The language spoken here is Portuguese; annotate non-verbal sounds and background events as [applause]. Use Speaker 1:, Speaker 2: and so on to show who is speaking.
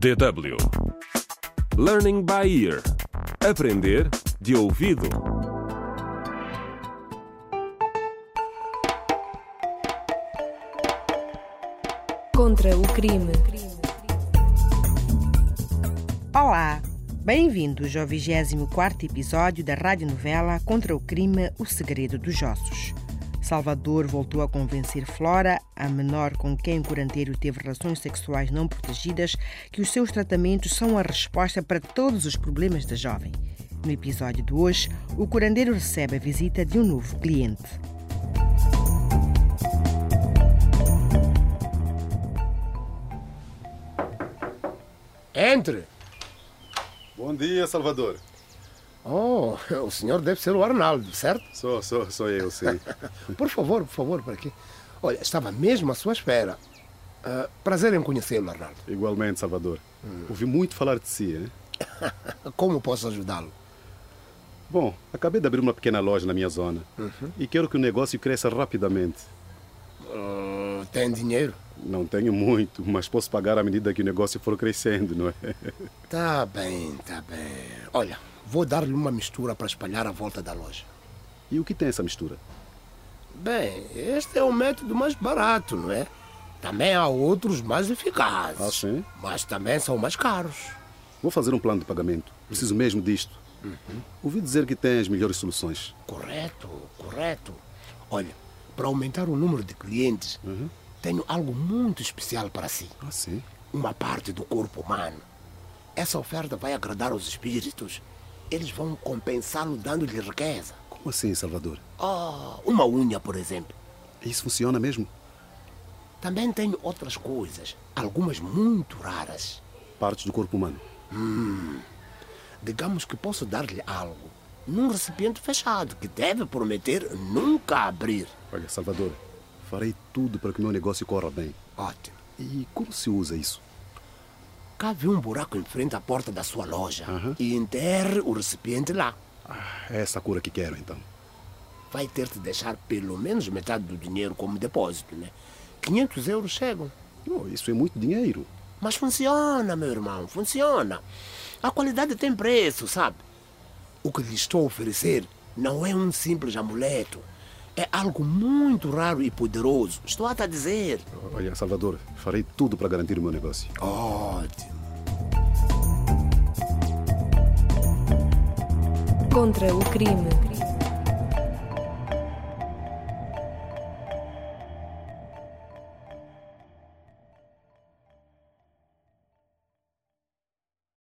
Speaker 1: DW Learning by Ear Aprender de ouvido
Speaker 2: Contra o crime.
Speaker 3: Olá! Bem-vindos ao 24 episódio da radionovela Contra o Crime O Segredo dos Ossos. Salvador voltou a convencer Flora, a menor com quem o curandeiro teve relações sexuais não protegidas, que os seus tratamentos são a resposta para todos os problemas da jovem. No episódio de hoje, o curandeiro recebe a visita de um novo cliente.
Speaker 4: Entre!
Speaker 5: Bom dia, Salvador.
Speaker 4: Oh, [laughs] o senhor deve ser o Arnaldo, certo?
Speaker 5: Sou, sou, sou eu, [laughs] sim.
Speaker 4: Por favor, por favor, para aqui. Olha, estava mesmo à sua espera. Ah, prazer em conhecê-lo, Arnaldo.
Speaker 5: Igualmente, Salvador. Ouvi muito falar de si, né?
Speaker 4: Como posso ajudá-lo?
Speaker 5: Bom, acabei de abrir uma pequena loja na minha zona e quero que o negócio cresça rapidamente.
Speaker 4: Ah, tem dinheiro?
Speaker 5: Não tenho muito, mas posso pagar à medida que o negócio for crescendo, não é?
Speaker 4: Tá bem, tá bem. Olha, vou dar-lhe uma mistura para espalhar à volta da loja.
Speaker 5: E o que tem essa mistura?
Speaker 4: Bem, este é o método mais barato, não é? Também há outros mais eficazes.
Speaker 5: Ah, sim?
Speaker 4: Mas também são mais caros.
Speaker 5: Vou fazer um plano de pagamento. Preciso mesmo disto. Ouvi dizer que tem as melhores soluções.
Speaker 4: Correto, correto. Olha, para aumentar o número de clientes, tenho algo muito especial para si.
Speaker 5: Ah, sim?
Speaker 4: Uma parte do corpo humano. Essa oferta vai agradar os espíritos. Eles vão compensá-lo dando-lhe riqueza.
Speaker 5: Como assim, Salvador? É
Speaker 4: Oh, uma unha, por exemplo.
Speaker 5: Isso funciona mesmo?
Speaker 4: Também tenho outras coisas, algumas muito raras.
Speaker 5: Partes do corpo humano.
Speaker 4: Digamos que posso dar-lhe algo num recipiente fechado que deve prometer nunca abrir.
Speaker 5: Olha, Salvador, farei tudo para que o meu negócio corra bem.
Speaker 4: Ótimo.
Speaker 5: E como se usa isso?
Speaker 4: Cave um buraco em frente à porta da sua loja e enterre o recipiente lá.
Speaker 5: É essa cura que quero, então.
Speaker 4: Vai ter de deixar pelo menos metade do dinheiro como depósito, né? 500 euros chegam.
Speaker 5: Oh, isso é muito dinheiro.
Speaker 4: Mas funciona, meu irmão, funciona. A qualidade tem preço, sabe? O que lhe estou a oferecer não é um simples amuleto. É algo muito raro e poderoso. Estou até a dizer.
Speaker 5: Olha, Salvador, farei tudo para garantir o meu negócio.
Speaker 4: Ótimo.
Speaker 2: Contra o crime.